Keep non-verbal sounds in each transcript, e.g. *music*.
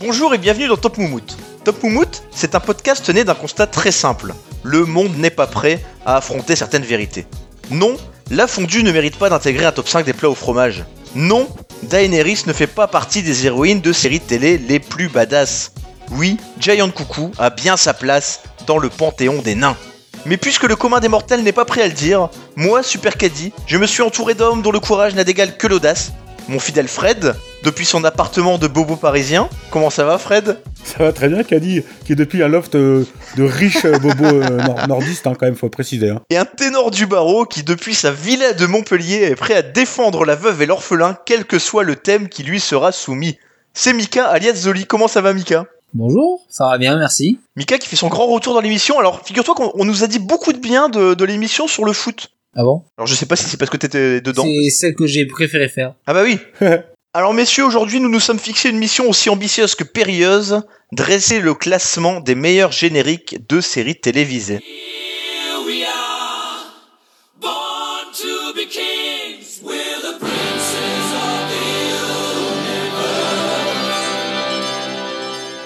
Bonjour et bienvenue dans Top Moumout. Top Moumout, c'est un podcast né d'un constat très simple. Le monde n'est pas prêt à affronter certaines vérités. Non, la fondue ne mérite pas d'intégrer un top 5 des plats au fromage. Non, Daenerys ne fait pas partie des héroïnes de séries de télé les plus badass. Oui, Giant Coucou a bien sa place dans le panthéon des nains. Mais puisque le commun des mortels n'est pas prêt à le dire, moi, Super Caddy, je me suis entouré d'hommes dont le courage n'a d'égal que l'audace. Mon fidèle Fred, depuis son appartement de bobo parisien. Comment ça va, Fred Ça va très bien, Caddy, qui est depuis un loft euh, de riche euh, bobo euh, nor- nordiste, hein, quand même, faut préciser. hein. Et un ténor du barreau qui, depuis sa villa de Montpellier, est prêt à défendre la veuve et l'orphelin, quel que soit le thème qui lui sera soumis. C'est Mika, alias Zoli. Comment ça va, Mika Bonjour, ça va bien, merci. Mika qui fait son grand retour dans l'émission. Alors, figure-toi qu'on on nous a dit beaucoup de bien de, de l'émission sur le foot. Ah bon Alors, je sais pas si c'est parce que t'étais dedans. C'est celle que j'ai préféré faire. Ah bah oui *laughs* Alors messieurs, aujourd'hui nous nous sommes fixés une mission aussi ambitieuse que périlleuse, dresser le classement des meilleurs génériques de séries télévisées. Here we are, born to be kings. We're the princes of the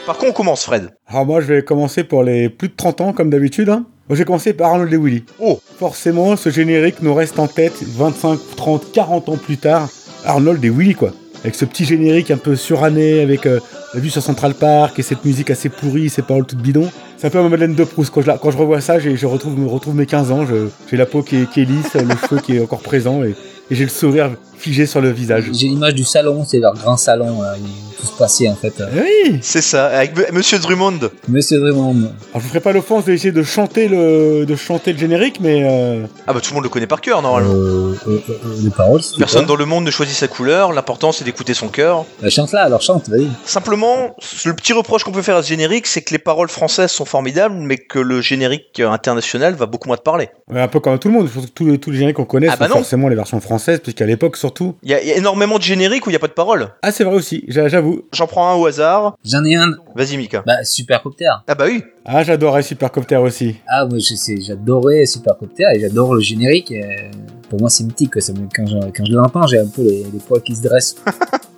Par contre on commence Fred. Alors, moi, je vais commencer pour les plus de 30 ans, comme d'habitude. hein. Moi, J'ai commencé par Arnold et Willy. Oh. Forcément, ce générique nous reste en tête 25, 30, 40 ans plus tard. Arnold et Willy, quoi. Avec ce petit générique un peu suranné, avec euh, la vue sur Central Park et cette musique assez pourrie, ces paroles toutes bidons. C'est un peu ma Madeleine de Proust. Quand je, la- quand je revois ça, j'ai- je retrouve, me retrouve mes 15 ans. je- J'ai la peau qui est, qui est lisse, le feu qui est encore présent et, et j'ai le sourire figé sur le visage. J'ai l'image du salon, c'est leur grand salon, là, où tout se passait en fait. Euh, Oui C'est ça, avec M- Monsieur Drummond. Mais c'est vraiment. Alors, je vous ferai pas l'offense d'essayer de chanter le, de chanter le générique, mais euh, Ah bah tout le monde le connaît par cœur normalement. Euh, euh, euh, les paroles, c'est Personne dans quoi le monde ne choisit sa couleur, l'important c'est d'écouter son cœur. Bah, Chante là, alors chante, vas-y. Simplement, le petit reproche qu'on peut faire à ce générique, c'est que les paroles françaises sont formidables, mais que le générique euh, international va beaucoup moins te parler. ouais, un peu comme tout le monde. surtout Tous les, tous les génériques qu'on connaît Ah sont bah non. forcément les versions françaises, puisqu'à l'époque surtout. Il y, a- il y a énormément de génériques où il n'y a pas de paroles. Ah, c'est vrai aussi, j'a- j'avoue. J'en prends un au hasard. J'en ai un. Vas-y Mika. Bah, Supercopter. Ah bah oui. Ah, j'adorais Supercopter aussi. Ah, moi je sais, j'adorais Supercopter et j'adore le générique. euh, pour moi, c'est mythique. Quoi. ça me- quand, je, quand je l'entends, j'ai un peu les, les poils qui se dressent.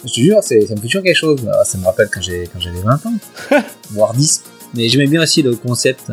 je te jure, c'est- ça me fait toujours quelque chose. Ah, ça me rappelle quand j'ai- quand j'avais 20 ans, voire 10. Mais j'aimais bien aussi le concept.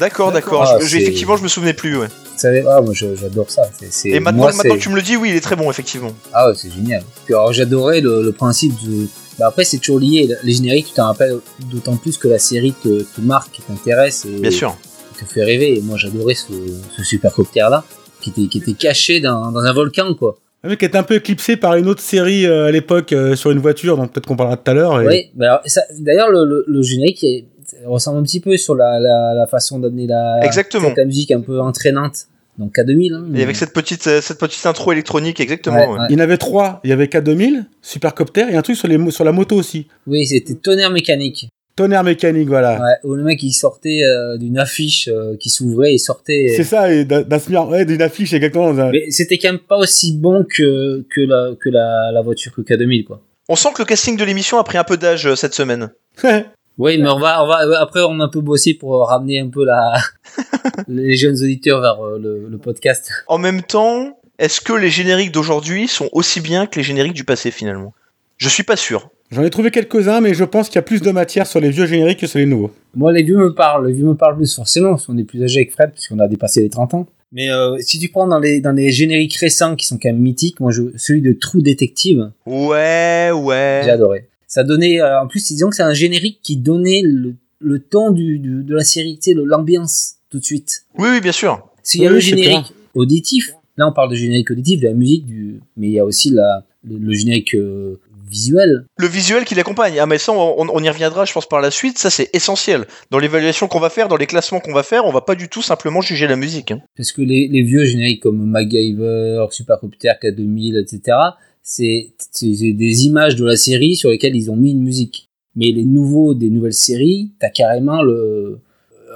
D'accord, d'accord. Ah, Je- je- c'est- effectivement, je me souvenais plus. Ouais. Ça, ah, moi je- j'adore ça. C'est- c'est- Et maintenant, moi, maintenant c'est- que tu me le dis, oui, il est très bon, effectivement. Ah ouais, c'est génial. Puis alors j'adorais le, le principe de. Bah après c'est toujours lié. Les génériques, tu t'en rappelles d'autant plus que la série te, te marque, t'intéresse et Bien sûr. te fait rêver. Et moi j'adorais ce, ce supercopter là, qui était, qui était caché dans, dans un volcan quoi. Un mec qui est un peu éclipsé par une autre série euh, à l'époque euh, sur une voiture, donc peut-être qu'on parlera tout à l'heure. et- Ouais. bah alors, ça- D'ailleurs le, le, le générique il- il ressemble un petit peu sur la, la, la façon d'amener la, Exactement. cette musique un peu entraînante. Donc K2000. Hein, Et avec cette petite, euh, cette petite intro électronique, exactement. Ouais, ouais. ouais. Il y en avait trois. Il y avait K2000, Supercopter et un truc sur, les, mo- sur la moto aussi. Oui, c'était tonnerre mécanique. Tonnerre mécanique, voilà. Ouais, où le mec il sortait euh, d'une affiche euh, qui s'ouvrait et sortait. C'est ça, et d'un d'un smear- ouais, d'une affiche exactement. dans un- Mais c'était quand même pas aussi bon que, que, la, que la, la voiture que K2000, quoi. On sent que le casting de l'émission a pris un peu d'âge euh, cette semaine. Oui, mais on va, on va, après, on a un peu bossé pour ramener un peu la, *laughs* les jeunes auditeurs vers euh, le, le podcast. En même temps, est-ce que les génériques d'aujourd'hui sont aussi bien que les génériques du passé, finalement Je suis pas sûr. *laughs* J'en ai trouvé quelques-uns, mais je pense qu'il y a plus de matière sur les vieux génériques que sur les nouveaux. Moi, les vieux me parlent, les vieux me parlent plus, forcément, parce qu'on est plus âgé avec Fred, puisqu'on a dépassé les 30 ans. Mais euh, si tu prends dans les, dans les génériques récents qui sont quand même mythiques, moi, je, celui de True Detective, Ouais, j'ai ouais. adoré. Ça donnait, euh, en plus, disons que c'est un générique qui donnait le, le ton du, du- de la série, tu sais, le- l'ambiance tout de suite. Oui, oui, bien sûr. S'il y a Oui, le c'est générique auditif, là on parle de générique auditif, de la musique, du... mais il y a aussi la, le, le générique euh, visuel. Le visuel qui l'accompagne. Ah, mais ça, on, on y reviendra, je pense, par la suite. Ça, c'est essentiel. Dans l'évaluation qu'on va faire, dans les classements qu'on va faire, on va pas du tout simplement juger la musique. hein. Parce que les, les vieux génériques comme MacGyver, Supercopter, K2000, etc., c'est c'est- c'est des images de la série sur lesquelles ils ont mis une musique. Mais les nouveaux, des nouvelles séries, t'as carrément le,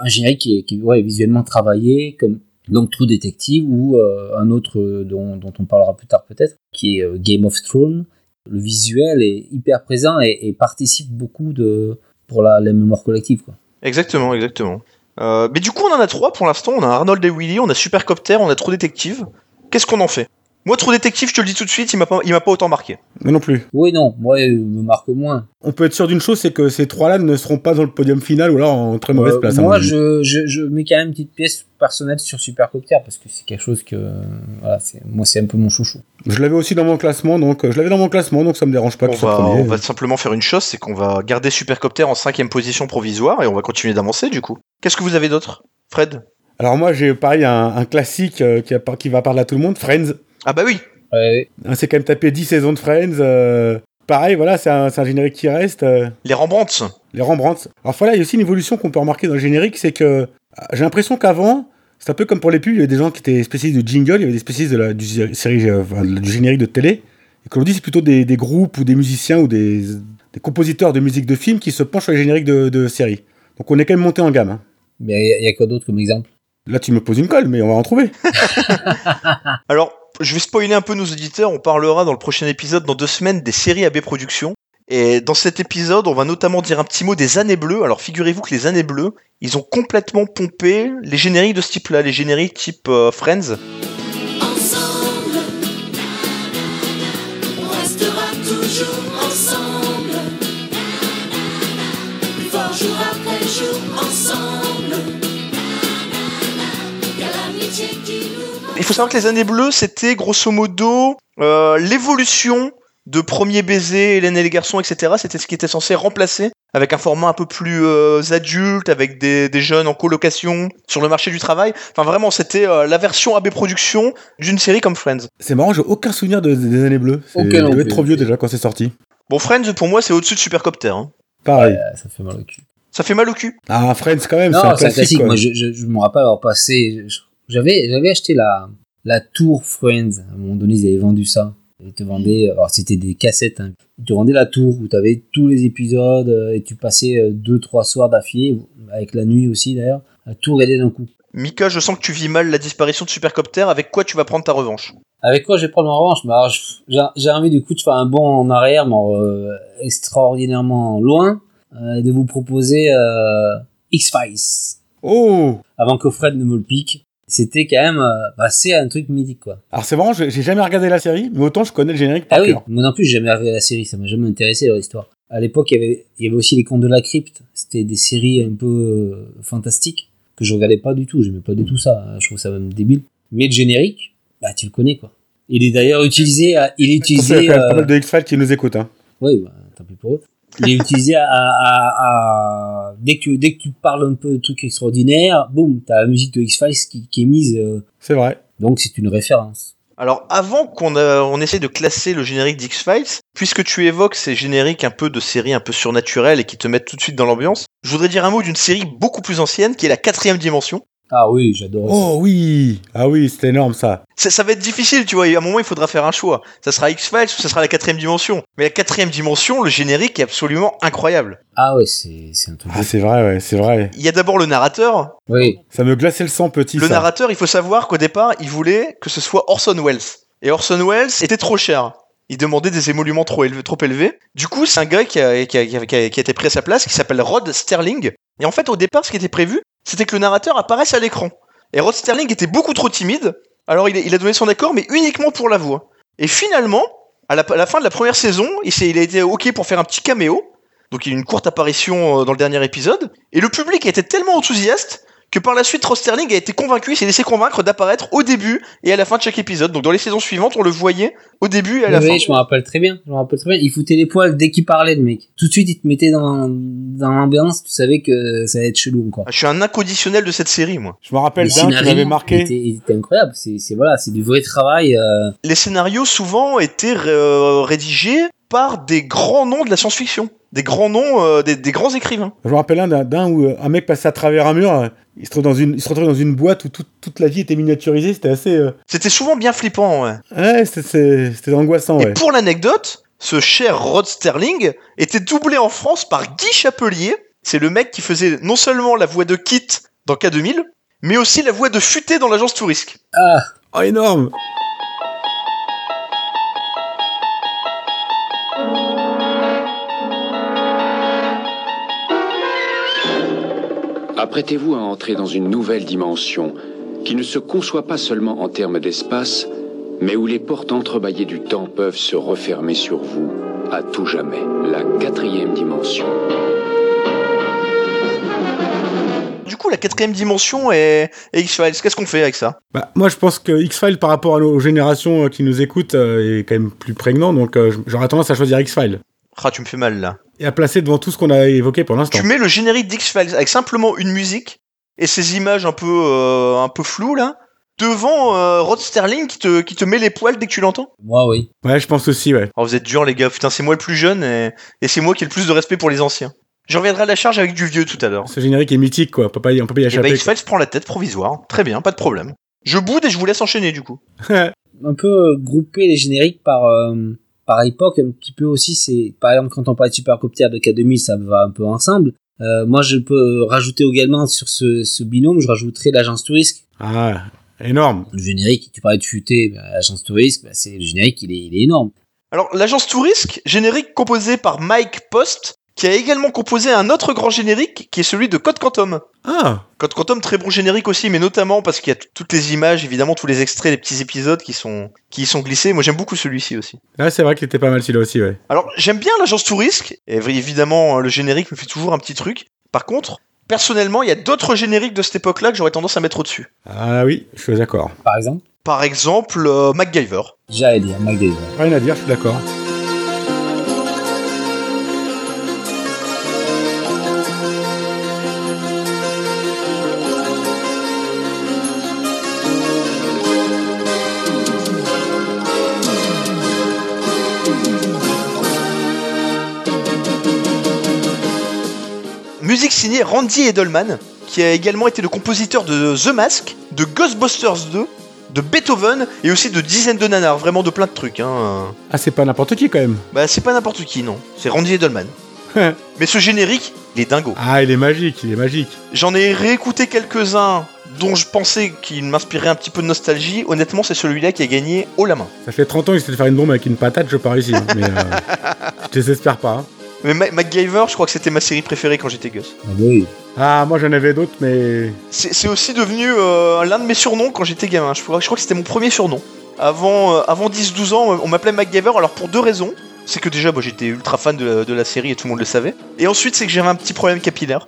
un générique qui est, qui est, ouais, visuellement travaillé, comme donc True Detective ou euh, un autre euh, dont, dont on parlera plus tard peut-être, qui est euh, Game of Thrones. Le visuel est hyper présent et, et participe beaucoup de, pour la, la mémoire collective. Quoi. Exactement, exactement. Euh, mais du coup, on en a trois pour l'instant. On a Arnold et Willy, on a Supercopter, on a True Détective. Qu'est-ce qu'on en fait Moi, Trou Détective, je te le dis tout de suite, il m'a pas, il m'a pas autant marqué. Mais non plus. Oui, non, moi, il me marque moins. On peut être sûr d'une chose, c'est que ces trois-là ne seront pas dans le podium final ou alors en très mauvaise Euh, place. hein. à mon moi, avis. je, je, je mets quand même une petite pièce personnelle sur Supercopter parce que c'est quelque chose que. euh, Voilà, c'est- moi, c'est un peu mon chouchou. Je l'avais aussi dans mon classement, donc euh, je l'avais dans mon classement, donc ça me dérange pas on, que ce va, soit premier. on va simplement faire une chose, c'est qu'on va garder Supercopter en cinquième position provisoire et on va continuer d'avancer du coup. Qu'est-ce que vous avez d'autre, Fred Alors moi, j'ai pareil un, un classique euh, qui, a par- qui va parler à tout le monde, Friends. Ah bah oui, Ouais, On s'est quand même tapé 10 saisons de Friends. euh, pareil, voilà, c'est un, c'est un générique qui reste. euh, les Rembrandts. les Rembrandts. Alors voilà, il y a aussi une évolution qu'on peut remarquer dans le générique, c'est que euh, j'ai l'impression qu'avant, c'est un peu comme pour les pubs, il y avait des gens qui étaient spécialistes de jingle, il y avait des spécialistes de la, du, gé- série, euh, enfin, du générique de télé. Et comme on dit, c'est plutôt des, des groupes ou des musiciens ou des, des compositeurs de musique de film qui se penchent sur les génériques de, de séries. Donc on est quand même monté en gamme. hein. mais il y a- il y, a quoi d'autre comme exemple Là, tu me poses une colle, mais on va en trouver. Alors, je vais spoiler un peu nos auditeurs, on parlera dans le prochain épisode dans deux semaines des séries AB Productions. Et dans cet épisode, on va notamment dire un petit mot des années bleues. Alors figurez-vous que les années bleues, ils ont complètement pompé les génériques de ce type-là, les génériques type euh, Friends. Ensemble, on restera toujours ensemble. Fort jour après jour ensemble. Y a l'amitié qui nous Il faut savoir que les années bleues, c'était grosso modo euh, l'évolution de Premier Baiser, Hélène et les garçons, etc. C'était ce qui était censé remplacer avec un format un peu plus euh, adulte, avec des, des jeunes en colocation, sur le marché du travail. Enfin vraiment, c'était euh, la version AB Productions d'une série comme Friends. C'est marrant, j'ai aucun souvenir de- des années bleues. C'est- Aucun Je non devais être plus. trop vieux déjà quand c'est sorti. Bon, Friends, pour moi, c'est au-dessus de Supercopter. hein. Pareil. Euh, Ça fait mal au cul. Ça fait mal au cul. Ah, Friends quand même, c'est Non, un c'est un classique. quoi. Moi, je, je, je me rappelle avoir passé. je- J'avais, j'avais acheté la, la tour Friends. À un moment donné, ils avaient vendu ça. Ils te vendaient, euh, alors c'était des cassettes. hein. Ils te vendaient la tour où tu avais tous les épisodes euh, et tu passais euh, deux, trois soirs d'affilée, avec la nuit aussi d'ailleurs, à tout regarder d'un coup. Mika, je sens que tu vis mal la disparition de Supercopter. Avec quoi tu vas prendre ta revanche Avec quoi je vais prendre ma revanche Bah, alors, je- j'ai- J'ai envie du coup de faire un bond en arrière, mais euh, extraordinairement loin, euh, et de vous proposer euh, X-Files. Oh avant que Fred ne me le pique, c'était quand même, euh, bah, c'est un truc mythique, quoi. Alors c'est marrant, j'ai j'ai jamais regardé la série, mais autant je connais le générique par Ah oui, cœur. moi non plus, j'ai jamais regardé la série, ça m'a jamais intéressé, leur histoire. À l'époque, il y avait, il y avait aussi les contes de la crypte. C'était des séries un peu euh, fantastiques que je regardais pas du tout. J'aimais pas du tout ça. hein. Je trouve ça même débile. Mais le générique, bah, tu le connais, quoi. Il est d'ailleurs utilisé à, il est Il y utilisé, a quand même pas euh, mal de X-Files qui nous écoutent. Hein. Oui, bah, tant pis pour eux. Il est utilisé à, à- à- dès que tu, dès que tu parles un peu de trucs extraordinaires, boum, t'as la musique de X-Files qui, qui est mise, euh, C'est vrai. donc c'est une référence. Alors, avant qu'on euh, on essaie de classer le générique d'X-Files, puisque tu évoques ces génériques un peu de séries un peu surnaturelles et qui te mettent tout de suite dans l'ambiance, je voudrais dire un mot d'une série beaucoup plus ancienne qui est la quatrième dimension. Ah oui, j'adore. ça. Oh oui Ah oui, c'était énorme ça. Ça, ça va être difficile, tu vois, et à un moment il faudra faire un choix. Ça sera X-Files ou ça sera la quatrième dimension. Mais la quatrième dimension, le générique est absolument incroyable. Ah ouais, c'est c'est un truc. Ah c'est vrai, ouais, c'est vrai. Il y a d'abord le narrateur, Ah. Oui, Ça me glaçait le sang petit. Le ça. narrateur, il faut savoir qu'au départ, il voulait que ce soit Orson Welles. Et Orson Welles était trop cher. Il demandait des émoluments trop, élevés- trop élevés. Du coup, c'est un gars qui a, qui, a, qui, a- qui a- qui a été pris à sa place, qui s'appelle Rod Sterling. Et en fait, au départ, ce qui était prévu, c'était que le narrateur apparaisse à l'écran. Et Rod Sterling était beaucoup trop timide, alors il, a- il a donné son accord, mais uniquement pour la voix. Et finalement, à la, à la fin de la première saison, il, s'est- il a été OK pour faire un petit caméo. Donc il y a eu une courte apparition euh, dans le dernier épisode. Et le public était tellement enthousiaste que par la suite, Ross Sterling a été convaincu, il s'est laissé convaincre d'apparaître au début et à la fin de chaque épisode. Donc dans les saisons suivantes, on le voyait au début et à la oui, fin. je me rappelle très bien. Je me rappelle très bien. Il foutait les poils dès qu'il parlait, le mec. Tout de suite, il te mettait dans, dans l'ambiance. Tu savais que ça allait être chelou encore. Ah, Je suis un inconditionnel de cette série, moi. Je me rappelle Les d'un qui scénarios m'avait marqué. étaient- étaient incroyables. C'est c'est- voilà, c'est du vrai travail. euh, Les scénarios souvent étaient euh, rédigés par des grands noms de la science-fiction, des grands noms, euh, des, des grands écrivains. Je me rappelle un d'un- d'un où euh, un mec passait à travers un mur, euh, il se, retrouve dans une, il se retrouvait dans une boîte où tout- toute la vie était miniaturisée, c'était assez... euh, C'était souvent bien flippant. ouais. Ouais, c'était- c'est- c'était angoissant, Et ouais. pour l'anecdote, ce cher Rod Sterling était doublé en France par Guy Chapelier. C'est le mec qui faisait non seulement la voix de Kit dans K2000, mais aussi la voix de Futé dans l'agence Tourisque. Ah, Oh énorme Apprêtez-vous à entrer dans une nouvelle dimension qui ne se conçoit pas seulement en termes d'espace, mais où les portes entrebâillées du temps peuvent se refermer sur vous à tout jamais. La quatrième dimension. Du coup, la quatrième dimension et, et X-Files, qu'est-ce qu'on fait avec ça Bah, moi, je pense que X-Files, par rapport à nos générations euh, qui nous écoutent, euh, est quand même plus prégnant, donc euh, j- j'aurais tendance à choisir X-Files. Ah, tu me fais mal là. Et à placer devant tout ce qu'on a évoqué pour l'instant. Tu mets le générique d'X-Files avec simplement une musique et ces images un peu, euh, un peu floues là, devant euh, Rod Sterling qui te, qui te met les poils dès que tu l'entends. Moi, oui. Ouais, je pense aussi, ouais. Oh, vous êtes durs les gars, putain, c'est moi le plus jeune et, et c'est moi qui ai le plus de respect pour les anciens. Je reviendrai à la charge avec du vieux tout à l'heure. Ce générique est mythique, quoi. On peut pas y, on peut pas y Et bah, échapper. quoi. X-Files prend la tête provisoire. Très bien, pas de problème. Je boude et je vous laisse enchaîner du coup. Un peu euh, grouper les génériques par, euh, par époque, un petit peu aussi. C'est Par exemple, quand on parle de Supercopter de K2000, ça va un peu ensemble. Euh, moi, je peux rajouter également sur ce, ce binôme, je rajouterai l'agence touriste. *laughs* ah, énorme. Le générique, tu parlais de futé, bah, l'agence touriste, bah, c'est le générique, il est, il est énorme. Alors, l'agence Tout Risque, générique composé par Mike Post, qui a également composé un autre grand générique qui est celui de Code Quantum. Ah, Code Quantum, très bon générique aussi, mais notamment parce qu'il y a t- toutes les images, évidemment, tous les extraits, les petits épisodes qui sont qui y sont glissés. Moi, j'aime beaucoup celui-ci aussi. ah c'est vrai qu'il était pas mal celui-là aussi, ouais. Alors, j'aime bien l'agence Tout Risque, et v- évidemment, euh, le générique me fait toujours un petit truc. Par contre, personnellement, il y a d'autres génériques de cette époque-là que j'aurais tendance à mettre au-dessus. Ah oui, je suis d'accord. Par exemple, Par exemple, euh, MacGyver. j'allais dire MacGyver. Rien à dire, je suis d'accord. Musique signée Randy Edelman, qui a également été le compositeur de The Mask, de Ghostbusters 2, de Beethoven et aussi de dizaines de nanars, vraiment de plein de trucs. Hein. Ah, c'est pas n'importe qui quand même. Bah, c'est pas n'importe qui, non. C'est Randy Edelman. Mais ce générique, il est dingo. ah, il est magique, il est magique. J'en ai réécouté quelques-uns dont je pensais qu'il m'inspirait un petit peu de nostalgie. Honnêtement, c'est celui-là qui a gagné haut la main. Ça fait 30 ans qu'il essaie de faire une bombe avec une patate, je pars ici. hein, mais euh, *laughs* je désespère pas. hein. Mais Ma- MacGyver, je crois que c'était ma série préférée quand j'étais gosse. Ah oui. Ah, moi j'en avais d'autres, mais. C'est c'est aussi devenu euh, l'un de mes surnoms quand j'étais gamin. Je crois, je crois que c'était mon premier surnom. Avant, euh, avant 10-12 ans, on m'appelait MacGyver, alors pour deux raisons. C'est que déjà, moi j'étais ultra fan de la, de la série et tout le monde le savait. Et ensuite, c'est que j'avais un petit problème *laughs* capillaire.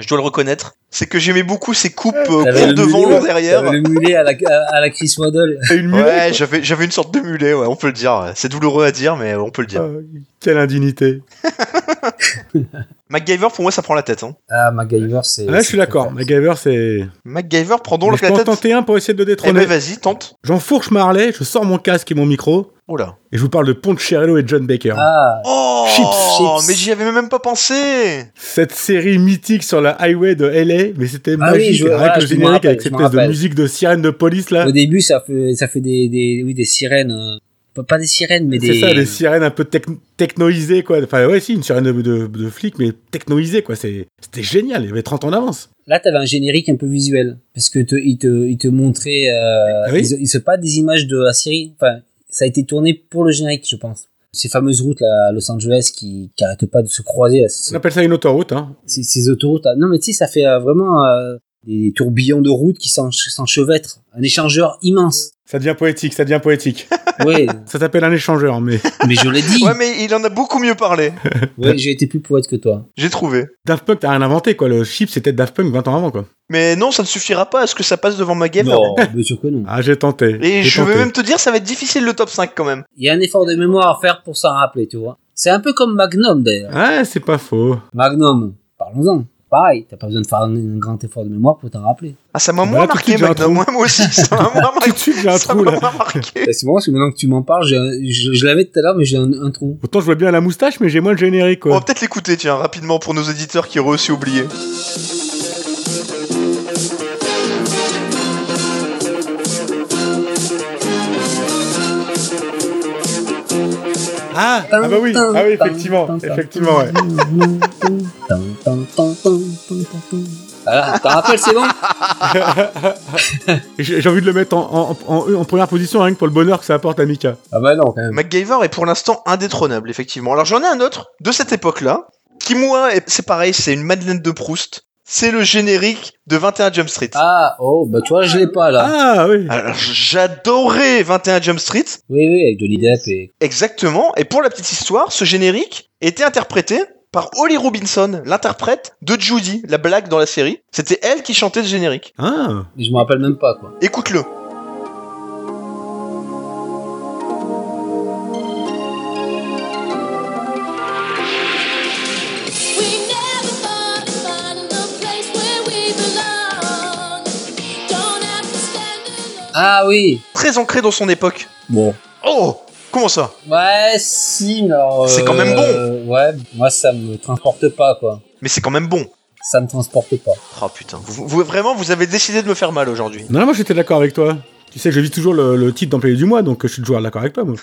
je dois le reconnaître. C'est que j'aimais beaucoup ces coupes euh, T'avais courtes le devant, mulet, longues derrière. T'avais Le mulet à la, à, à la Chris Waddle. Et une mulette, Ouais, j'avais, j'avais une sorte de mulet, ouais, on peut le dire. ouais. C'est douloureux à dire, mais on peut le dire. quoi. Ah, Quelle indignité. MacGyver, pour moi, ça prend la tête. Hein. Ah, MacGyver, c'est. Là, je suis c'est d'accord. préféré. MacGyver, c'est. MacGyver, prend Mais donc je la peux en tête. tenter un pour essayer de le Eh ben, détrôner. vas-y, tente. J'enfourche ma Harley, je sors mon casque et mon micro, Oh là. et je vous parle de Poncherello et John Baker. Ah, Oh, Chips, chips. mais j'y avais même pas pensé. Cette série mythique sur la highway de LA, mais c'était Ah oui, magique. je- Rien voilà, que le je me générique rappelle, avec je cette me espèce de rappelle. musique de sirène de police là. Ah, au début, ça fait, ça fait des, des, oui, des sirènes. euh, pas- Pas des sirènes, mais des. C'est ça, des sirènes un peu techn- technoisées, quoi. Enfin, ouais, si, une sirène de, de, de flic, mais technoisée, quoi. C'est- C'était génial, il y avait 30 ans d'avance. Là, t'avais un générique un peu visuel. Parce que te, il, te, il te montrait. Euh, Ah oui ils, ils se pas des images de la série. Enfin, ça a été tourné pour le générique, je pense. Ces fameuses routes là, à Los Angeles qui, qui arrêtent pas de se croiser. là, c'est- On appelle ça une autoroute, hein. ces, ces autoroutes. là. Non, mais tu sais, ça fait euh, vraiment euh, des tourbillons de routes qui s'en- s'enchevêtrent. Un échangeur immense. Ça devient poétique, ça devient poétique. *laughs* Ouais, ça s'appelle un échangeur, mais *laughs* mais je l'ai dit. Ouais, mais il en a beaucoup mieux parlé. Ouais, j'ai été plus poète que toi. J'ai trouvé. Daft Punk, t'as rien inventé, quoi. Le chip, c'était Daft Punk 20 ans avant, quoi. Mais non, ça ne suffira pas à ce que ça passe devant MacGyver. Non, bien sûr que non. Ah, j'ai tenté. Et j'ai je tenté. vais même te dire, ça va être difficile le top 5 quand même. Il y a un effort de mémoire à faire pour s'en rappeler, tu vois. C'est un peu comme Magnum, d'ailleurs. Ah, c'est pas faux. *laughs* Magnum, parlons-en. Pareil, t'as pas besoin de faire un, un grand effort de mémoire pour t'en rappeler. Ah, ça m'a Bah, moins là, tout de marqué, suite, j'ai un Magnum. Moi, moi aussi, *laughs* ça m'a moins Tout marqué. de suite, j'ai *laughs* un Ça trou, m'a là. marqué. Bah, c'est marrant parce que maintenant que tu m'en parles, j'ai un- je, je l'avais tout à l'heure, mais j'ai un, un trou. Autant je vois bien la moustache, mais j'ai moins le générique, On quoi. va peut-être l'écouter, tiens, rapidement pour nos éditeurs qui auraient aussi oublié. Ah, ah bah oui, ah oui, effectivement, effectivement, ouais. Voilà, t'en rappelles, c'est bon J'ai j'ai envie de le mettre en, en- en- en première position, rien que pour le bonheur que ça apporte à Mika. Ah bah non, quand même. MacGyver est pour l'instant indétrônable, effectivement. Alors j'en ai un autre de cette époque-là, qui moi, est- c'est pareil, c'est une Madeleine de Proust. c'est le générique de 21 Jump Street. Ah, oh, bah tu vois, je l'ai pas là. Ah oui. Alors, j'adorais 21 Jump Street, Oui, oui, avec Johnny Depp et. exactement. Et pour la petite histoire, ce générique était interprété par Holly Robinson, l'interprète de Judy, la blague dans la série. C'était elle qui chantait le générique. Ah. Je me rappelle même pas quoi. Écoute-le. We never thought of finding a place where we belong. Don't have to stand alone. Ah oui Très ancré dans son époque. Bon. Oh Comment ça Ouais, si, mais alors. C'est quand même bon Ouais, moi ça me transporte pas quoi. Mais c'est quand même bon. Ça me transporte pas. Oh putain. Vous, vous- vraiment, vous avez décidé de me faire mal aujourd'hui. Non, moi j'étais d'accord avec toi. Tu sais que je vis toujours le, le titre d'employé du mois, donc euh, je suis toujours d'accord avec toi. *laughs* Moi.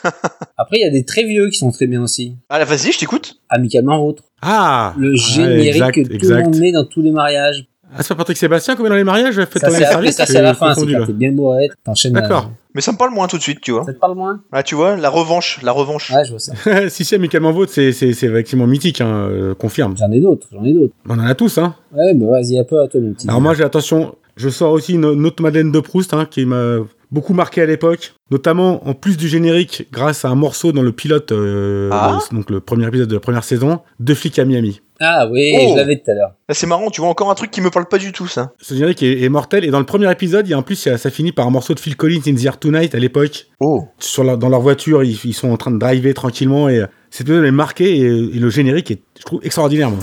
Après, il y a des très vieux qui sont très bien aussi. Ah là, vas-y, je t'écoute. Amicalement vôtre. Ah. Le Ouais, générique exact, que tout le exact. monde met dans tous les mariages. Ah, c'est pas Patrick Sébastien combien dans les mariages Ça, Faites-en c'est les après, services ça, c'est à la fin. C'est confondu, quand là. t'es bien bourrette, t'enchaînes. la- D'accord. Mais ça me parle moins tout de suite, tu vois. Ça te parle moins Ah, tu vois, la revanche, la revanche. Ouais, je vois ça. *laughs* si, si, amicalement vôtre, c'est, c'est, c'est effectivement mythique, hein, euh, confirme. J'en ai d'autres, j'en ai d'autres. On en a tous, hein. Ouais, mais vas-y, un peu à toi, mon petit. Alors moi, j'ai attention, je sors aussi une, une autre Madeleine de Proust, hein, qui m'a beaucoup marqué à l'époque, notamment en plus du générique, grâce à un morceau dans le pilote, euh, Ah. le- donc le premier épisode de la première saison, de flics à Miami. Ah oui, Oh. je l'avais tout à l'heure. Là, c'est marrant, tu vois encore un truc qui me parle pas du tout, ça. Ce générique est, est mortel, et dans le premier épisode, il y a en plus, il y a- ça finit par un morceau de Phil Collins, In the Air Tonight, à l'époque. Oh. sur leur- dans leur voiture, ils, ils sont en train de driver tranquillement et euh, cet épisode est marqué et, euh, et le générique est, je trouve, extraordinaire. Moi.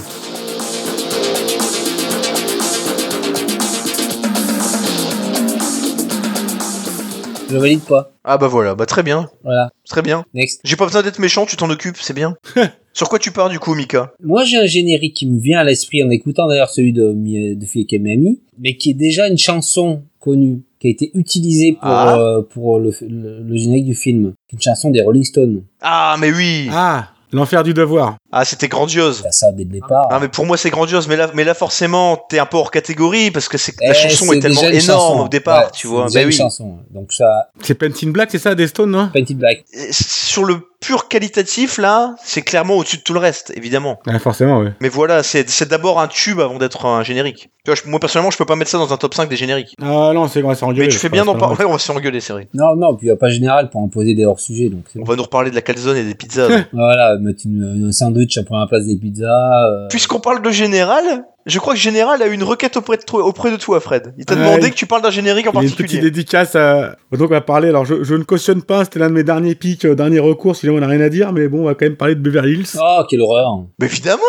Je le valide pas. Ah bah voilà, bah très bien, Voilà, très bien. next. J'ai pas besoin d'être méchant, tu t'en occupes, c'est *laughs* bien. Sur quoi tu pars du coup, Mika Moi, j'ai un générique qui me vient à l'esprit en écoutant d'ailleurs celui de, Mi- de Philippe et Miami, mais qui est déjà une chanson connue, qui a été utilisée pour, Ah. euh, pour le, le- le générique du film. Une chanson des Rolling Stones. Ah mais oui Ah, l'enfer du devoir. Ah c'était grandiose T'as ça dès le départ. ah mais pour moi c'est grandiose mais là mais là forcément t'es un peu hors catégorie parce que c'est Eh, la chanson c'est est tellement déjà une énorme chanson. au départ Ouais, tu vois C'est déjà bah une oui chanson. Donc ça, C'est Paint in Black, c'est ça, des Stones, non Painted Black. Et sur le pur qualitatif là c'est clairement au-dessus de tout le reste évidemment Ouais, Ah, Forcément, oui. mais voilà c'est c'est d'abord un tube avant d'être un générique tu vois je- moi personnellement je peux pas mettre ça dans un top 5 des génériques Ah non, c'est vrai, c'est engueulé. mais tu fais bien dans d'en parler on va s'engueuler c'est vrai Non, non, puis il n'y a pas général pour imposer des hors-sujets. Donc c'est on bon. va nous reparler de la calzone et des pizzas là. Voilà, mettre une, un sandwich en première place des pizzas. euh, *laughs* Puisqu'on parle de Général, je crois que Général a eu une requête auprès de toi, auprès de toi Fred. Il t'a Ouais, demandé il- que tu parles d'un générique en Il y a une petite particulier. dédicace à... Donc on va parler, alors je, je ne cautionne pas, hein, c'était l'un de mes derniers pics, euh, dernier recours, si jamais on n'a rien à dire, mais bon, on va quand même parler de Beverly Hills. Ah. Oh, quelle horreur. Mais évidemment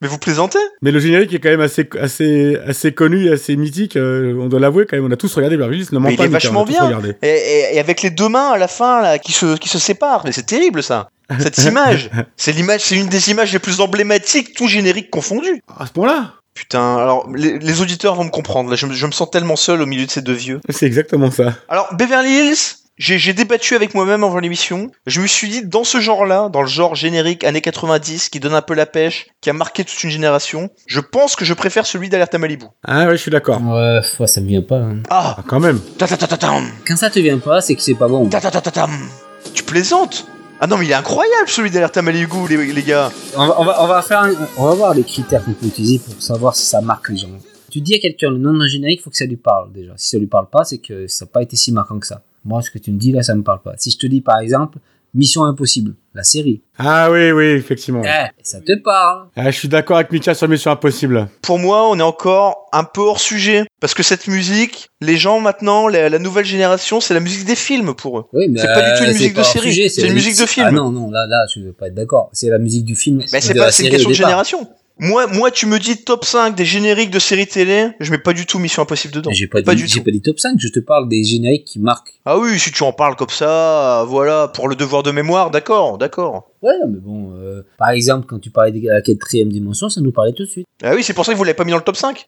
Mais vous plaisantez Mais le générique est quand même assez, assez, assez connu, assez mythique, euh, on doit l'avouer quand même, on a tous regardé Beverly Hills, ne il ment pas, est Mika, on a vachement tous bien. regardé. et, et- et avec les deux mains à la fin là, qui, se, qui se séparent. Mais c'est terrible ça *laughs* Cette image C'est l'image, c'est une des images les plus emblématiques, tout générique confondu. À ce point-là Putain, alors les, les auditeurs vont me comprendre. Là, je, me- je me sens tellement seul au milieu de ces deux vieux. C'est exactement ça. Alors, Beverly Hills, j'ai j'ai débattu avec moi-même avant l'émission. Je me suis dit, dans ce genre-là, dans le genre générique années 90, qui donne un peu la pêche, qui a marqué toute une génération, je pense que je préfère celui d'Alerte à Malibu. Ah ouais, je suis d'accord. Ouais, pff, ça me vient pas. hein. Ah Ah, quand même. ta ta ta ta tam Quand ça te vient pas, c'est que c'est pas bon. ta ta ta ta tam Tu plaisantes Ah non, mais il est incroyable celui d'Alerte à Malibu, les, les gars On va, on va, on va faire un- on va voir les critères qu'on peut utiliser pour savoir si ça marque les gens. Tu dis à quelqu'un le nom d'un générique, faut que ça lui parle déjà. Si ça lui parle pas, c'est que ça n'a pas été si marquant que ça. Moi, ce que tu me dis là, ça me parle pas. Si je te dis par exemple Mission Impossible, la série, Ah oui, oui, effectivement. Ah. eh, ça te parle. Ah, je suis d'accord avec Mika sur Mission Impossible. Pour moi, on est encore un peu hors sujet. Parce que cette musique, les gens maintenant, la, la nouvelle génération, c'est la musique des films pour eux. Oui, mais C'est pas du tout une euh, musique c'est pas de hors série, sujet, c'est une la musique de film. Ah non, non, là, là, je veux pas être d'accord. C'est la musique du film. Mais c'est de pas, la c'est une série au question de départ. génération. Moi, moi, tu me dis top 5 des génériques de séries télé, je mets pas du tout Mission Impossible dedans. J'ai pas, Pas dit- du j'ai tout. pas dit top 5, je te parle des génériques qui marquent. Ah oui, si tu en parles comme ça, voilà, pour le devoir de mémoire, d'accord, d'accord. Ouais, mais bon, euh, par exemple, quand tu parlais de la quatrième dimension, ça nous parlait tout de suite. Ah oui, c'est pour ça que vous l'avez pas mis dans le top 5.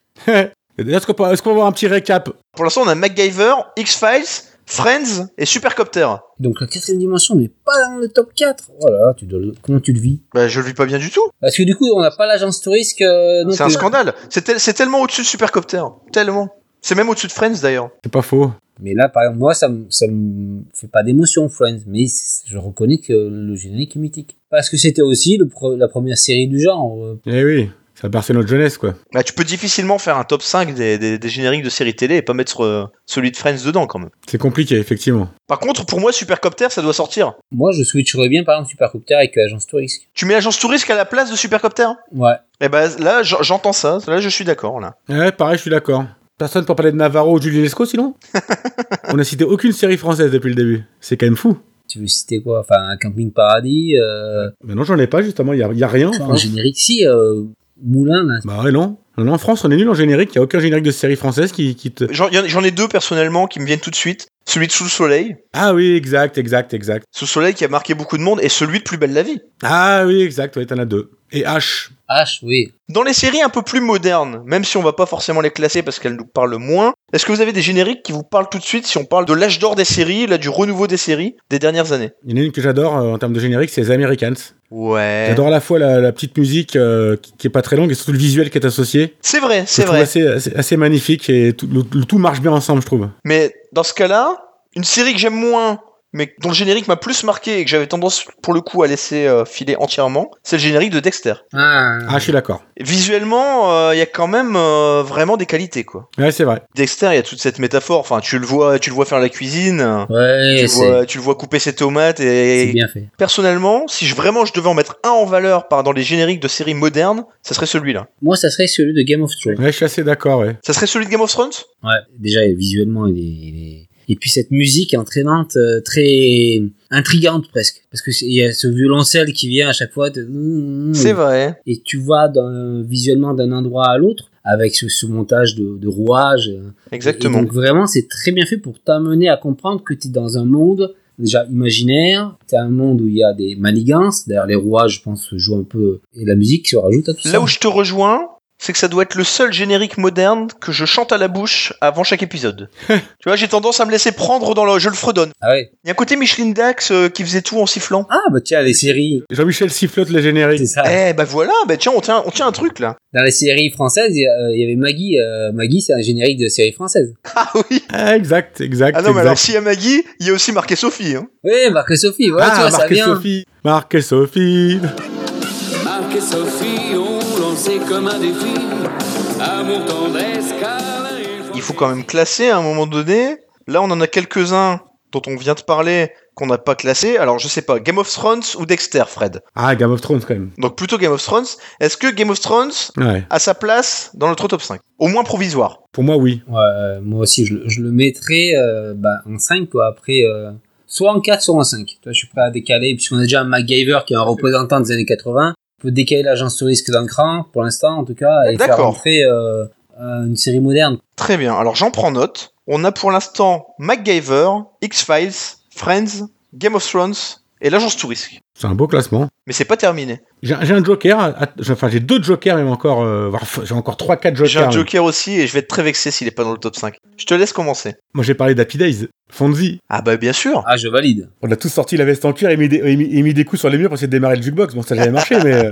Est-ce qu'on peut, est-ce qu'on va avoir un petit récap Pour l'instant, on a MacGyver, X-Files, Friends et Supercopter. Donc la quatrième dimension n'est pas dans le top 4. Oh là là, tu dois le- comment tu le vis Bah, je le vis pas bien du tout. Parce que du coup, on n'a pas l'agence touriste que... non C'est un plus. scandale. C'est tel- c'est tellement au-dessus de Supercopter. Tellement. C'est même au-dessus de Friends d'ailleurs. C'est pas faux. Mais là, par exemple, moi, ça me, ça me fait pas d'émotion, Friends. Mais c- je reconnais que le générique est mythique. Parce que c'était aussi le pre- la première série du genre. euh, Eh oui. Ça a bercé notre jeunesse, quoi. Bah, tu peux difficilement faire un top 5 des, des- des génériques de séries télé et pas mettre euh, celui de Friends dedans quand même. C'est compliqué, effectivement. Par contre, pour moi, Supercopter, ça doit sortir. Moi, je switcherais bien, par exemple, Supercopter avec euh, Agence Touriste. Tu mets Agence Touriste à la place de Supercopter Ouais. Eh ben là, j- j'entends ça. Là, je suis d'accord. Là. Ouais, pareil, je suis d'accord. Personne pour parler de Navarro ou Julien *laughs* Lescaut, sinon On n'a cité aucune série française depuis le début. C'est quand même fou. Tu veux citer quoi Enfin, un Camping Paradis, euh, Mais non, j'en ai pas, justement. Il n'y a, rien. en en Bah, France. générique, si, euh, Moulin, là. Bah ouais, non. Non, non, en France, on est nul en générique. Il n'y a aucun générique de série française qui, qui te. J'en, y en- j'en ai deux personnellement qui me viennent tout de suite. Celui de Sous le Soleil. Ah oui, exact, exact, exact. Sous le Soleil qui a marqué beaucoup de monde et celui de Plus belle la vie. Ah oui, exact, ouais, t'en as deux. Et H. H, oui. Dans les séries un peu plus modernes, même si on va pas forcément les classer parce qu'elles nous parlent moins, est-ce que vous avez des génériques qui vous parlent tout de suite si on parle de l'âge d'or des séries, là du renouveau des séries des dernières années Il y en a une que j'adore euh, en termes de générique, c'est les Americans. Ouais. J'adore à la fois la, la petite musique euh, qui, qui est pas très longue et surtout le visuel qui est associé. C'est vrai, Je c'est trouve vrai. Assez, assez, assez magnifique et tout, le, le tout marche bien ensemble, je trouve. Mais dans ce cas-là, une série que j'aime moins, mais dont le générique m'a plus marqué et que j'avais tendance pour le coup à laisser euh, filer entièrement, c'est le générique de Dexter. Ah, Ah, je suis d'accord. Visuellement, il y a quand même euh, vraiment des qualités quoi. Ouais, c'est vrai. Dexter, il y a toute cette métaphore. Enfin, tu le vois, tu le vois faire la cuisine. euh, ouais, Tu, c'est vois, tu le vois couper ses tomates c'est et bien fait. personnellement, si je, vraiment je devais en mettre un en valeur par dans les génériques de séries modernes, ça serait celui-là. Moi, ça serait celui de Game of Thrones. Ouais, je suis assez d'accord, ouais. Ça serait celui de Game of Thrones Ouais, déjà visuellement il est, il est- et puis cette musique est entraînante, euh, très intrigante presque, parce que c'est- il y a ce violoncelle qui vient à chaque fois. de- C'est vrai. Et tu vas d'un- visuellement d'un endroit à l'autre avec ce, ce montage de, de rouages. euh. Exactement. Et donc vraiment c'est très bien fait pour t'amener à comprendre que tu es dans un monde déjà imaginaire, t'es un monde où il y a des manigances. D'ailleurs les rouages je pense se jouent un peu et la musique se rajoute à tout ça. Là où je te rejoins, c'est que ça doit être le seul générique moderne que je chante à la bouche avant chaque épisode. tu vois, j'ai tendance à me laisser prendre dans le. Je le fredonne. Ah ouais. Il y a un côté Micheline Dax euh, qui faisait tout en sifflant. Ah bah tiens les séries. Jean-Michel sifflote les C'est génériques. ça. Eh bah voilà, bah tiens, on tient, on tient un truc là. dans les séries françaises, il y a- euh, il y avait Maggie. euh, Maggie, c'est un générique de série française. Ah oui. Ah, exact, exact. Ah non, mais exact. alors s'il y a Maggie, il y a aussi marqué Sophie. Hein. Oui, Marc et Sophie, voilà, Ah, tu vois, ça Ah, Marc et vient. Sophie. Marc et Sophie. Marc et Sophie ont lancé comme un défi. Amour, tendresse, câlin et Il faut quand même classer à un moment donné. Là, on en a quelques-uns dont on vient de parler qu'on n'a pas classé. Alors je sais pas, Game of Thrones ou Dexter, Fred. Ah, Game of Thrones, quand même. Donc plutôt Game of Thrones. Est-ce que Game of Thrones Ouais. a sa place dans notre top 5 Au moins provisoire. Pour moi, oui. Ouais, euh, moi aussi, je, le- je le mettrais euh, bah, en 5, quoi. Après, euh, soit en 4, soit en 5. Toi, je suis prêt à décaler, puisqu'on a déjà un MacGyver qui est un représentant des années 80. On peut décaler l'agence touriste d'un cran, pour l'instant, en tout cas, et faire D'accord. rentrer euh, euh, une série moderne. Très bien, alors j'en prends note. On a pour l'instant MacGyver, X-Files, Friends, Game of Thrones et l'Agence Touriste. C'est un beau classement. Mais c'est pas terminé. J'ai j'ai un joker, à- à- j'ai- enfin j'ai deux jokers même encore, euh, voire f- j'ai encore 3-4 jokers. J'ai un même. Joker aussi et je vais être très vexé s'il est pas dans le top 5. Je te laisse commencer. Moi j'ai parlé d'Happy Days, Fonzie. Ah bah bien sûr. Ah, je valide. On a tous sorti la veste en cuir et mis des, et mis- et mis des coups sur les murs pour essayer de démarrer le jukebox. Bon ça jamais marché *laughs* mais... euh,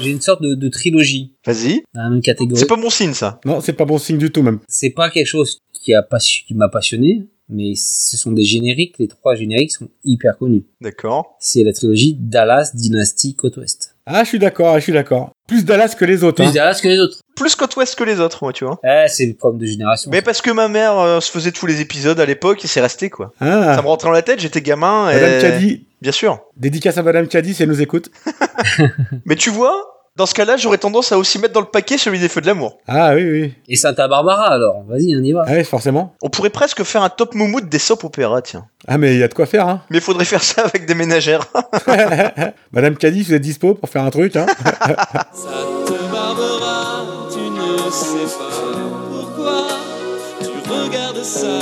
J'ai une sorte de, de trilogie Vas-y. dans la même catégorie. C'est pas mon signe ça. non c'est pas bon signe du tout même. c'est pas quelque chose qui a passi- qui m'a passionné, mais ce sont des génériques. Les trois génériques sont hyper connus. D'accord. C'est la trilogie Dallas, Dynasty, Côte Ouest. Ah je suis d'accord, ah, je suis d'accord. Plus Dallas que les autres. Plus hein. Dallas que les autres. Plus côte ouest que les autres, moi, tu vois. Eh, c'est le problème de génération. Mais parce que ma mère euh, se faisait tous les épisodes à l'époque et c'est resté quoi. Ah, Ça me euh, rentrait dans la tête, j'étais gamin. Et... Madame Caddy, Bien sûr. dédicace à Madame Caddy si elle nous écoute. Mais tu vois, dans ce cas-là, j'aurais tendance à aussi mettre dans le paquet celui des feux de l'amour. Ah oui oui, Et Santa Barbara, alors. Vas-y, on y va. ah, oui forcément. On pourrait presque faire un top moumoute des soap opéra, tiens. Ah mais il y a de quoi faire hein. *laughs* Mais faudrait faire ça avec des ménagères. *laughs* Madame Caddy vous êtes dispo pour faire un truc hein. Ça te barbera, tu ne sais pas pourquoi tu regardes ça.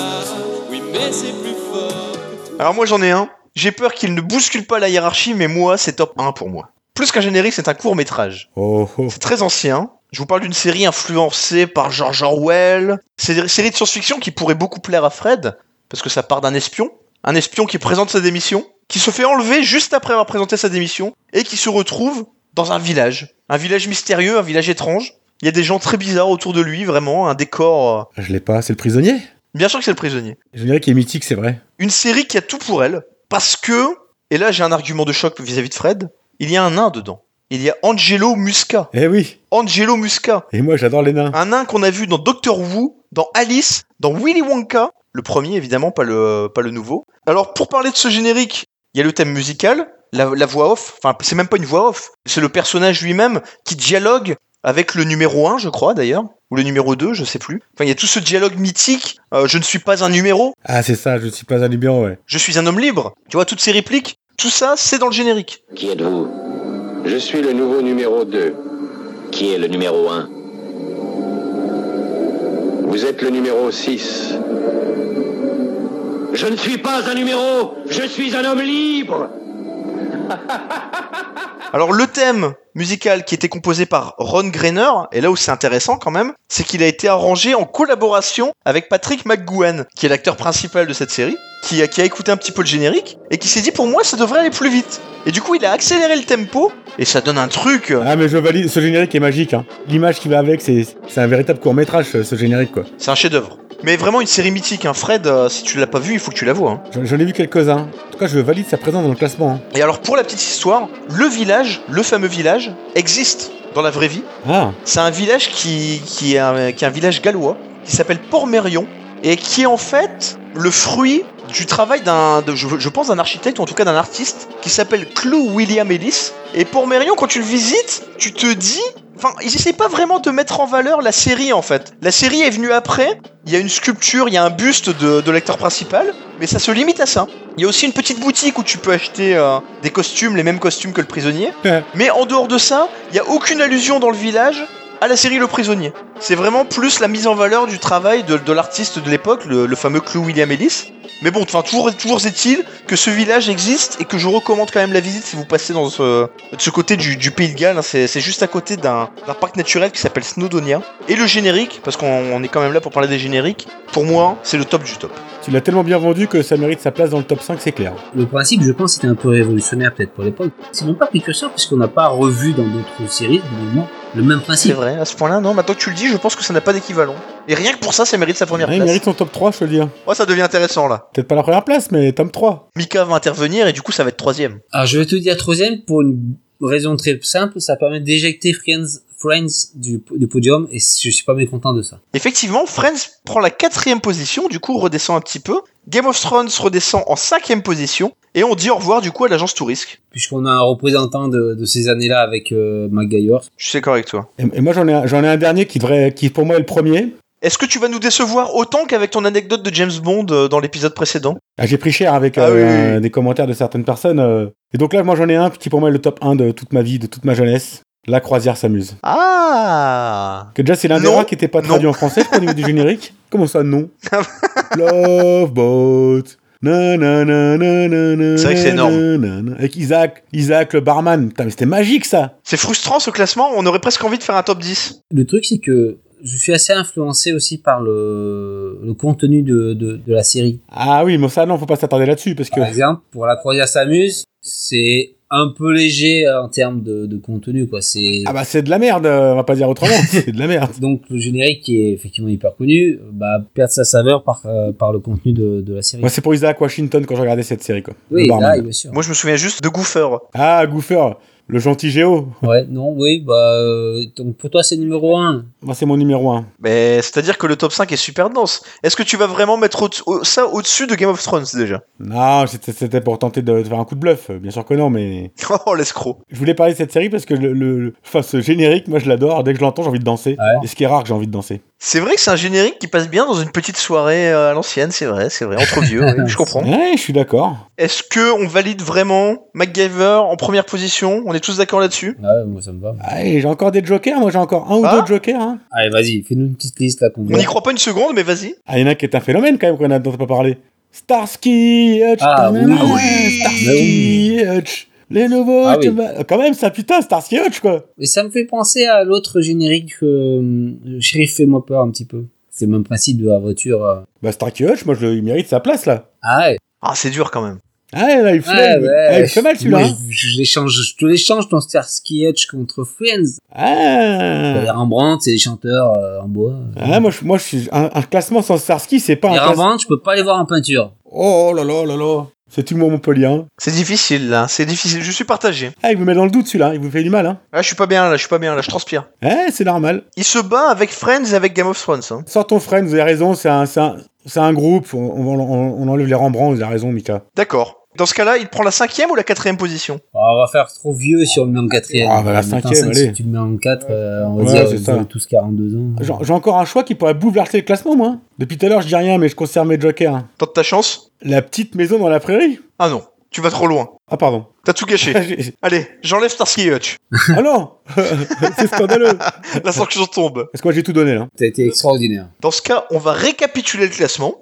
Oui, mais c'est plus fort. Alors moi j'en ai un. J'ai peur qu'il ne bouscule pas la hiérarchie, mais moi c'est top 1 pour moi. Plus qu'un générique, c'est un court métrage. Oh, oh. C'est très ancien. Je vous parle d'une série influencée par George Orwell. C'est une série de science-fiction qui pourrait beaucoup plaire à Fred, parce que ça part d'un espion. Un espion qui présente sa démission, qui se fait enlever juste après avoir présenté sa démission, et qui se retrouve dans un village. Un village mystérieux, un village étrange. Il y a des gens très bizarres autour de lui, vraiment, un décor... euh, Je l'ai pas, c'est le prisonnier Bien sûr que c'est le prisonnier. Je dirais qu'il est mythique, c'est vrai. Une série qui a tout pour elle, parce que, et là j'ai un argument de choc vis-à-vis de Fred, il y a un nain dedans. Il y a Angelo Musca. Eh oui. Angelo Musca, Et moi, j'adore les nains. un nain qu'on a vu dans Doctor Who, dans Alice, dans Willy Wonka, le premier évidemment, pas le, pas le nouveau. Alors pour parler de ce générique, il y a le thème musical, la, la voix off, enfin c'est même pas une voix off, c'est le personnage lui-même qui dialogue avec le numéro 1 je crois d'ailleurs, ou le numéro 2, je sais plus. Enfin il y a tout ce dialogue mythique, euh, je ne suis pas un numéro, Ah, c'est ça, je ne suis pas un libéral, ouais. je suis un homme libre. Tu vois, toutes ces répliques, tout ça, c'est dans le générique. Qui êtes-vous Je suis le nouveau numéro 2. Qui est le numéro 1 Vous êtes le numéro 6. Je ne suis pas un numéro, je suis un homme libre Alors, le thème musical qui était composé par Ron Grainer, et là où c'est intéressant quand même, c'est qu'il a été arrangé en collaboration avec Patrick McGowan, qui est l'acteur principal de cette série, qui a, qui a écouté un petit peu le générique, et qui s'est dit pour moi ça devrait aller plus vite. Et du coup, il a accéléré le tempo, et ça donne un truc. euh, Ah, mais je valide, ce générique est magique. Hein. L'image qui va avec, c'est c'est un véritable court-métrage, ce ce générique, quoi. C'est un chef-d'œuvre. Mais vraiment une série mythique, hein. Fred, euh, si tu l'as pas vu, il faut que tu la vois. hein. J'en j'en ai vu quelques-uns. En tout cas, je valide sa présence dans le classement. hein. Et alors, pour la petite histoire, le village, le fameux village, existe dans la vraie vie. Ah, C'est un village qui, qui, est un, qui est un village gallois, qui s'appelle Portmerion, et qui est en fait le fruit du travail d'un, de- je, je pense d'un architecte, ou en tout cas d'un artiste, qui s'appelle Clou William Ellis. Et Portmerion, quand tu le visites, tu te dis... Enfin, ils essaient pas vraiment de mettre en valeur la série, en fait. La série est venue après, il y a une sculpture, il y a un buste de, de l'acteur principal, mais ça se limite à ça. Il y a aussi une petite boutique où tu peux acheter euh, des costumes, les mêmes costumes que le prisonnier. mais en dehors de ça, il n'y a aucune allusion dans le village à la série Le Prisonnier. C'est vraiment plus la mise en valeur du travail de, de l'artiste de l'époque, le, le fameux Clou William Ellis. Mais bon, enfin, toujours, toujours est-il que ce village existe et que je recommande quand même la visite si vous passez dans ce, de ce côté du, du Pays de Galles. hein. c'est c'est juste à côté d'un d'un parc naturel qui s'appelle Snowdonia. Et le générique, parce qu'on on est quand même là pour parler des génériques, pour moi, c'est le top du top. tu l'as tellement bien vendu que ça mérite sa place dans le top 5, c'est clair. Le principe, je pense, était un peu révolutionnaire peut-être pour l'époque. C'est même pas précurseur puisqu'on n'a pas revu dans d'autres séries finalement le même C'est principe. vrai, à ce point-là, non, maintenant que tu le dis, je pense que ça n'a pas d'équivalent. Et rien que pour ça, ça mérite sa première Ah, il place. mérite son top 3, je te le dis. hein. Oh, ça devient intéressant là. Peut-être pas la première place, mais top 3. Mika va intervenir et du coup, ça va être troisième. Alors je vais te dire troisième pour une raison très simple, ça permet d'éjecter Friends, Friends du, du podium et je suis pas mécontent de ça. Effectivement, Friends prend la quatrième position, du coup redescend un petit peu. Game of Thrones redescend en cinquième position, et on dit au revoir du coup à l'agence Tourisque. Puisqu'on a un représentant de, de ces années-là avec euh, MacGyver. Je suis d'accord avec toi. Et, et moi, j'en ai, un- j'en ai un dernier qui, devrait, qui, pour moi, est le premier. Est-ce que tu vas nous décevoir autant qu'avec ton anecdote de James Bond euh, dans l'épisode précédent Ah, J'ai pris cher avec Ah euh, oui, un- oui, oui. des commentaires de certaines personnes. euh. Et donc là, moi, j'en ai un qui, pour moi, est le top 1 de toute ma vie, de toute ma jeunesse. La croisière s'amuse. Ah Que déjà, c'est l'un des Non. rares qui n'était pas Non. traduit en français, je crois, au niveau du générique. Comment *laughs* ça, non Love Boat. C'est C'est vrai vrai que c'est énorme. Avec Isaac, Isaac le barman. Putain, mais c'était magique ça. C'est frustrant ce classement, on aurait presque envie de faire un top 10. Le truc c'est que je suis assez influencé aussi par le, le contenu de, de, de la série. Ah oui, mais ça non, faut pas s'attarder là-dessus parce que Par exemple, pour la croisière s'amuse, c'est un peu léger euh, en termes de, de contenu quoi. C'est ah bah c'est de la merde, euh, on va pas dire autrement, *laughs* c'est de la merde. Donc le générique qui est effectivement hyper connu, bah, perd sa saveur par, euh, par le contenu de, de la série. Moi c'est pour Isaac Washington quand je regardais cette série quoi. Le oui, barman. là, bien sûr. Moi je me souviens juste de Goofer. Ah Goofer, le gentil Géo. Ouais, non, oui, bah, euh, donc pour toi c'est numéro 1. Moi c'est mon numéro 1. Mais c'est-à-dire que le top 5 est super dense. Est-ce que tu vas vraiment mettre au- au- ça au-dessus de Game of Thrones déjà *laughs* Non, c'était- c'était pour tenter de, de faire un coup de bluff, bien sûr que non, mais Oh l'escroc. je voulais parler de cette série parce que le, le- le- enfin ce générique, moi je l'adore. Dès que je l'entends, j'ai envie de danser. Ouais. Et ce qui est rare, que j'ai envie de danser. C'est vrai que c'est un générique qui passe bien dans une petite soirée euh, à l'ancienne, c'est vrai, c'est vrai, entre vieux, oui, je *laughs* comprends. Ouais, je suis d'accord. Est-ce que on valide vraiment MacGyver en première position On est tous d'accord là-dessus Ouais, moi ça me va. Allez, j'ai encore des jokers, moi j'ai encore un ou Ah. deux jokers. Hein. Allez, vas-y, fais-nous une petite liste là qu'on On voit. n'y croit pas une seconde, mais vas-y. Ah, il y en a un qui est un phénomène quand même qu'on a dont on pas parlé. Starsky Hutch. Ah oui. nanana, Ah oui. Starsky Hutch. Les nouveaux. Ah oui. tu vas- Quand même, ça putain, Starsky Hutch quoi. Mais ça me fait penser à l'autre générique, euh, Sheriff fais-moi peur un petit peu. C'est le même principe de la voiture. euh. Bah Starsky Hutch, moi je le il mérite sa place là. Ah ouais, Ah, c'est dur quand même. Ah, là, il fait, Ah, ouais. ah, il fait mal celui-là. Moi, hein. Je, je l'échange, je te l'échange ton Starsky Edge contre Friends. Les Ah. Rembrandt, c'est des chanteurs euh, en bois. Ah, moi, je, moi, je suis un, un classement sans Starsky, c'est pas un les classement. Rembrandt, je peux pas les voir en peinture. Oh là là là là. C'est humour montpellien. C'est difficile là, c'est difficile, je suis partagé. hein. Ah, il vous met dans le doute celui-là, il vous fait du mal, hein. Ah, je suis pas bien là, je suis pas bien là, je transpire. Eh, c'est normal. Il se bat avec Friends et avec Game of Thrones. hein. Sors ton friend, vous avez raison, c'est un, c'est un, c'est un groupe, on, on- on- on enlève les Rembrandts, vous avez raison, Mika. D'accord. Dans ce cas-là, il prend la cinquième ou la quatrième position Oh, on va faire trop vieux si on le met en quatrième. Ah, bah, la Maintenant, cinquième, cinq, allez. Si tu le mets en quatre, euh, on va Ouais, dire c'est ils ça. ont tous 42 ans. J'en- J'ai encore un choix qui pourrait bouleverser le classement, moi. hein. Depuis tout à l'heure, je dis rien, mais je conserve mes jokers. hein. Tente ta chance La petite maison dans la prairie Ah non, tu vas trop loin. Ah, *laughs* pardon. T'as tout gâché. J'ai- Allez, j'enlève Starsky et Hutch. ah non *laughs* C'est scandaleux La sanction tombe. Parce que moi, j'ai tout donné, là. T'as été extraordinaire. Dans ce cas, on va récapituler le classement.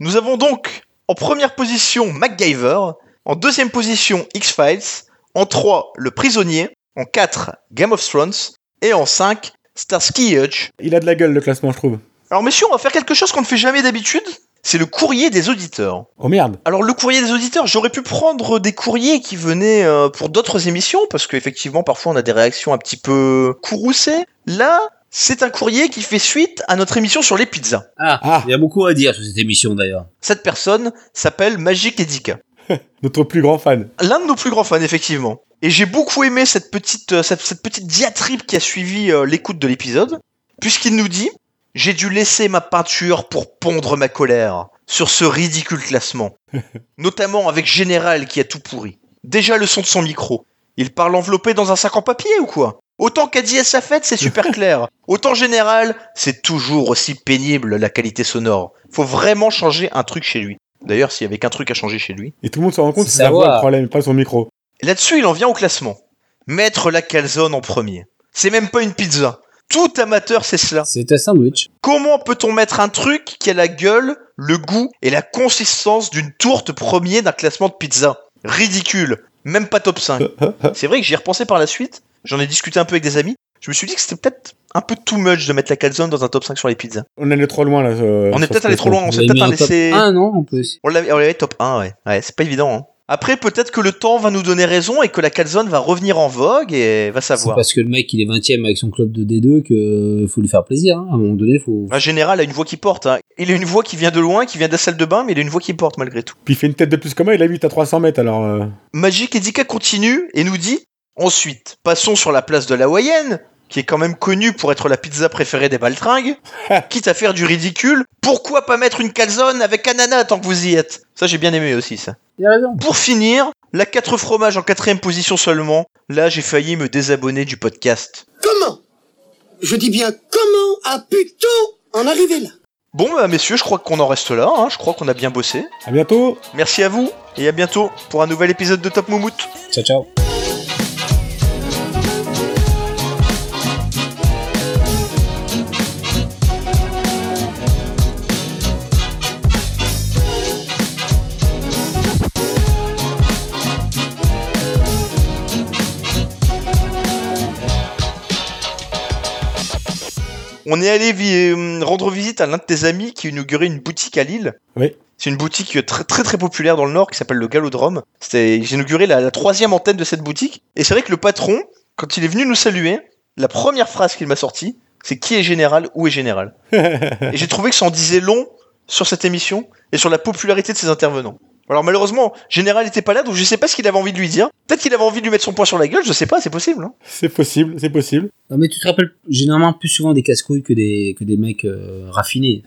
Nous avons donc en première position MacGyver, en deuxième position X-Files, en 3 Le Prisonnier, en 4 Game of Thrones et en 5 Starsky et Hutch. Il a de la gueule, le classement, je trouve. Alors messieurs, on va faire quelque chose qu'on ne fait jamais d'habitude, c'est le courrier des auditeurs. Oh merde Alors le courrier des auditeurs, j'aurais pu prendre des courriers qui venaient euh, pour d'autres émissions, parce qu'effectivement parfois on a des réactions un petit peu courroucées. Là, c'est un courrier qui fait suite à notre émission sur les pizzas. Ah, Ah. il y a beaucoup à dire sur cette émission d'ailleurs. Cette personne s'appelle Magic Edika. Notre plus grand fan. L'un de nos plus grands fans, effectivement. Et j'ai beaucoup aimé cette petite, euh, cette, cette petite diatribe qui a suivi euh, l'écoute de l'épisode, puisqu'il nous dit « J'ai dû laisser ma peinture pour pondre ma colère sur ce ridicule classement, notamment avec Général qui a tout pourri. Déjà le son de son micro. Il parle enveloppé dans un sac en papier ou quoi Autant qu'Adi à sa fête, c'est super clair. Autant Général, c'est toujours aussi pénible la qualité sonore. Faut vraiment changer un truc chez lui. D'ailleurs, s'il y avait qu'un truc à changer chez lui, Et tout le monde se rend compte que C'est c'est sa voix savoir. le problème, pas son micro. Là-dessus, il en vient au classement. Mettre la calzone en premier. C'est même pas une pizza. Tout amateur sait cela. C'est un sandwich. Comment peut-on mettre un truc qui a la gueule, le goût et la consistance d'une tourte premier d'un classement de pizza Ridicule. Même pas top 5. C'est vrai que j'y ai repensé par la suite. J'en ai discuté un peu avec des amis. Je me suis dit que c'était peut-être un peu too much de mettre la calzone dans un top 5 sur les pizzas. *laughs* On est allé trop loin, là. euh, On est sur peut-être ce allé trop loin. classement. On s'est l'avait mis peut-être en top laissé. un non en plus. On l'avait, on l'avait top 1, ouais. Ouais, c'est pas évident. hein. Après, peut-être que le temps va nous donner raison et que la calzone va revenir en vogue et va C'est savoir. parce que le mec il est 20ème avec son club de D2 que euh, faut lui faire plaisir. hein. À un moment donné, faut. Un général a une voix qui porte. hein. Il a une voix qui vient de loin, qui vient de la salle de bain, mais il a une voix qui porte malgré tout. Puis il fait une tête de plus que moi, il habite à 300 mètres, alors... euh, Magic Edika continue et nous dit Ensuite, passons sur la place de la Hawaïenne, qui est quand même connue pour être la pizza préférée des baltringues. Quitte à faire du ridicule, pourquoi pas mettre une calzone avec ananas tant que vous y êtes Ça, j'ai bien aimé aussi, ça. Il a raison. Pour finir, la 4 fromages en quatrième position seulement. Là, j'ai failli me désabonner du podcast. Comment Je dis bien comment a pu-t-on en arriver là Bon, bah, messieurs, je crois qu'on en reste là. hein. Je crois qu'on a bien bossé. À bientôt Merci à vous et à bientôt pour un nouvel épisode de Top Moumout. Ciao ciao. On est allé vi- euh, rendre visite à l'un de tes amis qui inaugurait une boutique à Lille. Oui. C'est une boutique euh, très très très populaire dans le Nord qui s'appelle le Galodrome. C'était, j'ai inauguré la, la troisième antenne de cette boutique. Et c'est vrai que le patron, quand il est venu nous saluer, la première phrase qu'il m'a sortie, c'est qui est général, où est général. et j'ai trouvé que ça en disait long sur cette émission et sur la popularité de ses intervenants. Alors malheureusement, Général était pas là, donc je sais pas ce qu'il avait envie de lui dire. Peut-être qu'il avait envie de lui mettre son poing sur la gueule, je sais pas, c'est possible. hein. C'est possible, c'est possible. Non mais tu te rappelles généralement plus souvent des casse-couilles que des que des mecs euh, raffinés.